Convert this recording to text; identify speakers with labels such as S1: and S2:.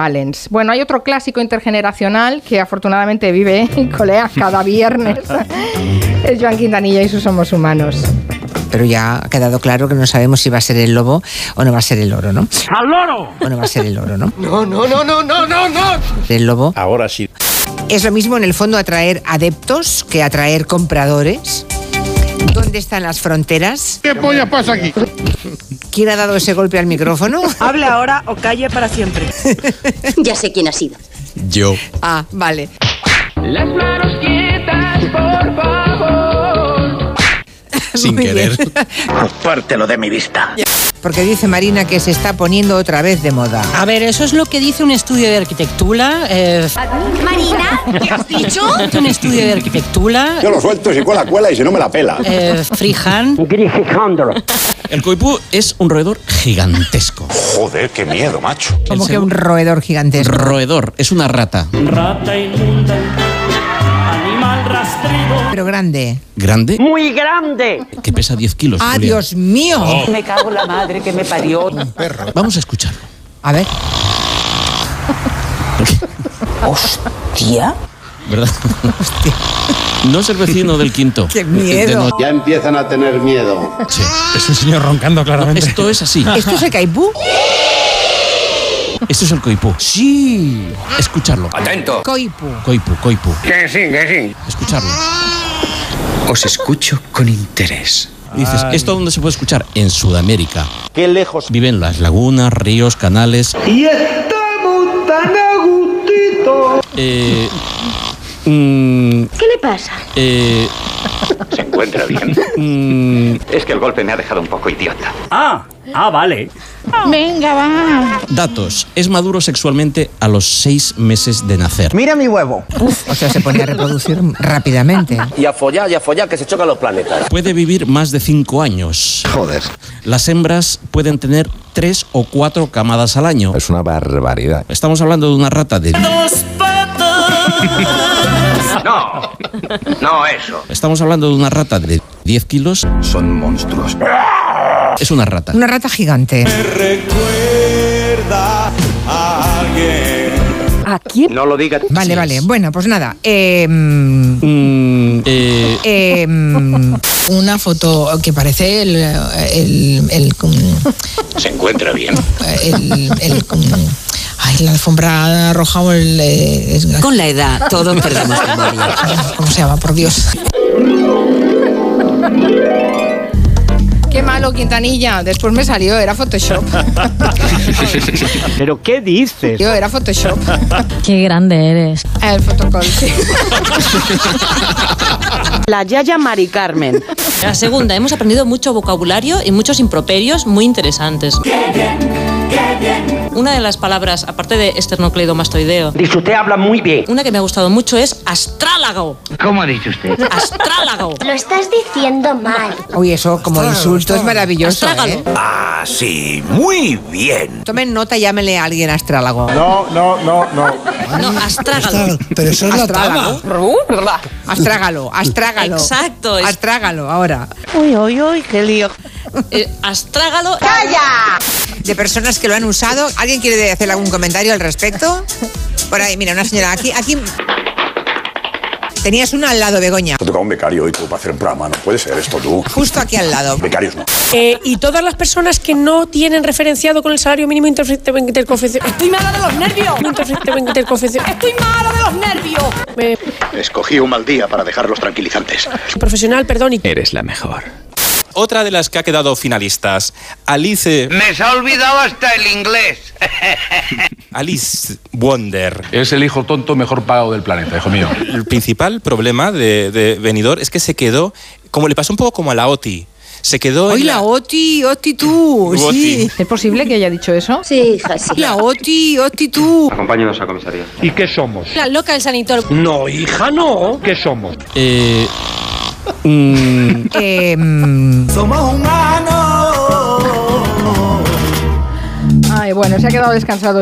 S1: Valence. Bueno, hay otro clásico intergeneracional que afortunadamente vive, colegas, cada viernes. es Joan Quintanilla y sus Somos Humanos.
S2: Pero ya ha quedado claro que no sabemos si va a ser el lobo o no va a ser el oro, ¿no?
S3: ¡Al loro!
S2: O no va a ser el oro, ¿no?
S3: No, no, no, no, no, no, no.
S2: El lobo.
S4: Ahora sí.
S2: Es lo mismo en el fondo atraer adeptos que atraer compradores. ¿Dónde están las fronteras?
S3: ¿Qué polla pasa aquí?
S2: ¿Quién ha dado ese golpe al micrófono?
S5: Habla ahora o calla para siempre.
S6: Ya sé quién ha sido.
S4: Yo.
S2: Ah, vale.
S7: Las manos quietas, por favor.
S4: Sin
S2: Muy bien.
S4: querer.
S8: Pártelo de mi vista.
S2: Porque dice Marina que se está poniendo otra vez de moda.
S9: A ver, eso es lo que dice un estudio de arquitectura. eh,
S6: Marina, ¿qué has dicho?
S9: dice un estudio de arquitectura.
S8: Yo lo suelto si cuela, cuela y si no me la pela.
S9: Eh, Freehand.
S4: El coipú es un roedor gigantesco.
S8: Joder, qué miedo, macho.
S2: Como
S4: El
S2: que un roedor gigantesco.
S4: Roedor, es una rata.
S7: Rata inmunda, animal rastrido.
S2: Pero grande.
S4: Grande,
S5: Muy grande.
S4: que pesa 10 kilos.
S2: ¡Ah,
S4: Julia.
S2: Dios mío!
S4: Oh.
S5: Me cago en la madre que me parió.
S4: Vamos a escucharlo.
S2: A ver.
S6: Hostia.
S4: ¿Verdad? No es el vecino del quinto.
S2: ¡Qué
S4: De-
S2: miedo!
S4: de noche.
S10: Ya empiezan a tener miedo.
S4: Sí.
S11: Es un señor roncando claramente.
S4: Esto es así.
S2: ¿Esto es el caipú?
S4: Esto es el coipú. Sí. Escucharlo.
S8: Atento.
S2: Coipú.
S4: Coipú, coipú.
S10: Que sí, que sí.
S4: Escucharlo.
S8: Os escucho con interés.
S4: Dices, ¿esto dónde se puede escuchar? En Sudamérica.
S10: Qué lejos.
S4: Viven las lagunas, ríos, canales.
S7: Y estamos tan a gustito.
S4: Eh, mm,
S6: ¿Qué le pasa?
S4: eh,
S8: ¿Se encuentra bien?
S4: mm,
S8: Es que el golpe me ha dejado un poco idiota.
S7: Ah, ah, vale.
S4: datos. Es maduro sexualmente a los seis meses de nacer.
S3: Mira mi huevo.
S2: O sea, se pone a reproducir rápidamente.
S8: Y a follar, y a follar, que se chocan los planetas.
S4: Puede vivir más de cinco años.
S10: Joder.
S4: Las hembras pueden tener tres o cuatro camadas al año.
S8: Es una barbaridad.
S4: Estamos hablando de una rata de...
S8: No, no eso.
S4: Estamos hablando de una rata de 10 kilos.
S8: Son monstruos.
S4: Es una rata.
S2: Una rata gigante.
S5: ¿A quién?
S8: No lo digas.
S2: Vale,
S4: es.
S2: vale. Bueno, pues nada. Eh, mm,
S4: Mm, eh,
S2: eh, mm,
S9: Una foto que parece el. el. el.
S8: Se encuentra bien.
S9: ay, la alfombra roja o el.
S2: eh,
S5: Con la edad todos perdemos memoria.
S9: ¿Cómo se llama? Por Dios.
S1: Qué malo, Quintanilla. Después me salió, era Photoshop.
S3: ¿Pero qué dices?
S1: Yo era Photoshop.
S9: Qué grande eres.
S1: El fotocall. sí.
S5: La Yaya Mari Carmen.
S9: La segunda, hemos aprendido mucho vocabulario y muchos improperios muy interesantes. Una de las palabras, aparte de esternocleidomastoideo,
S3: Dice, usted habla muy bien.
S9: una que me ha gustado mucho es astrálago.
S3: ¿Cómo dice usted?
S9: Astrálago.
S6: Lo estás diciendo mal.
S2: Oye, eso como insulto es maravilloso.
S9: Astrágalo.
S2: ¿eh?
S8: Ah, sí, muy bien.
S2: Tomen nota, llámele a alguien astrálago.
S10: No, no, no, no.
S9: No, astrágalo.
S11: Pero eso es la taba.
S2: Astrálago. Astrágalo, astrágalo.
S9: Exacto, es-
S2: Astrágalo, ahora.
S5: Uy, uy, uy, qué lío.
S9: Eh, astrágalo.
S2: De personas que lo han usado. ¿Alguien quiere hacer algún comentario al respecto? Por ahí, mira, una señora aquí. aquí... Tenías una al lado, Begoña.
S8: Te toca un becario hoy tú para hacer un programa. No puede ser esto tú.
S2: Justo aquí al lado.
S8: Becarios no.
S5: Eh, y todas las personas que no tienen referenciado con el salario mínimo interconfesional. Estoy mala de los nervios. Estoy mala de los nervios.
S8: Escogí un mal día para dejarlos tranquilizantes.
S5: profesional, perdón. Y...
S8: Eres la mejor.
S11: Otra de las que ha quedado finalistas, Alice,
S3: Me se ha olvidado hasta el inglés.
S11: Alice Wonder.
S10: Es el hijo tonto mejor pagado del planeta, hijo mío.
S11: El principal problema de, de Benidorm es que se quedó, como le pasó un poco como a la Oti, se quedó
S2: Hoy
S11: en
S2: la Oti, Oti tú.
S3: Pues
S11: Oti.
S2: Sí.
S1: ¿Es posible que haya dicho eso?
S6: Sí, hija, sí.
S2: La Oti, Oti tú.
S8: Acompáñenos a comisaría.
S3: ¿Y qué somos?
S9: La loca del sanitor.
S3: No, hija, no. ¿Qué somos?
S4: eh, mm,
S2: Eh, mm,
S1: Ay, bueno, se ha quedado descansado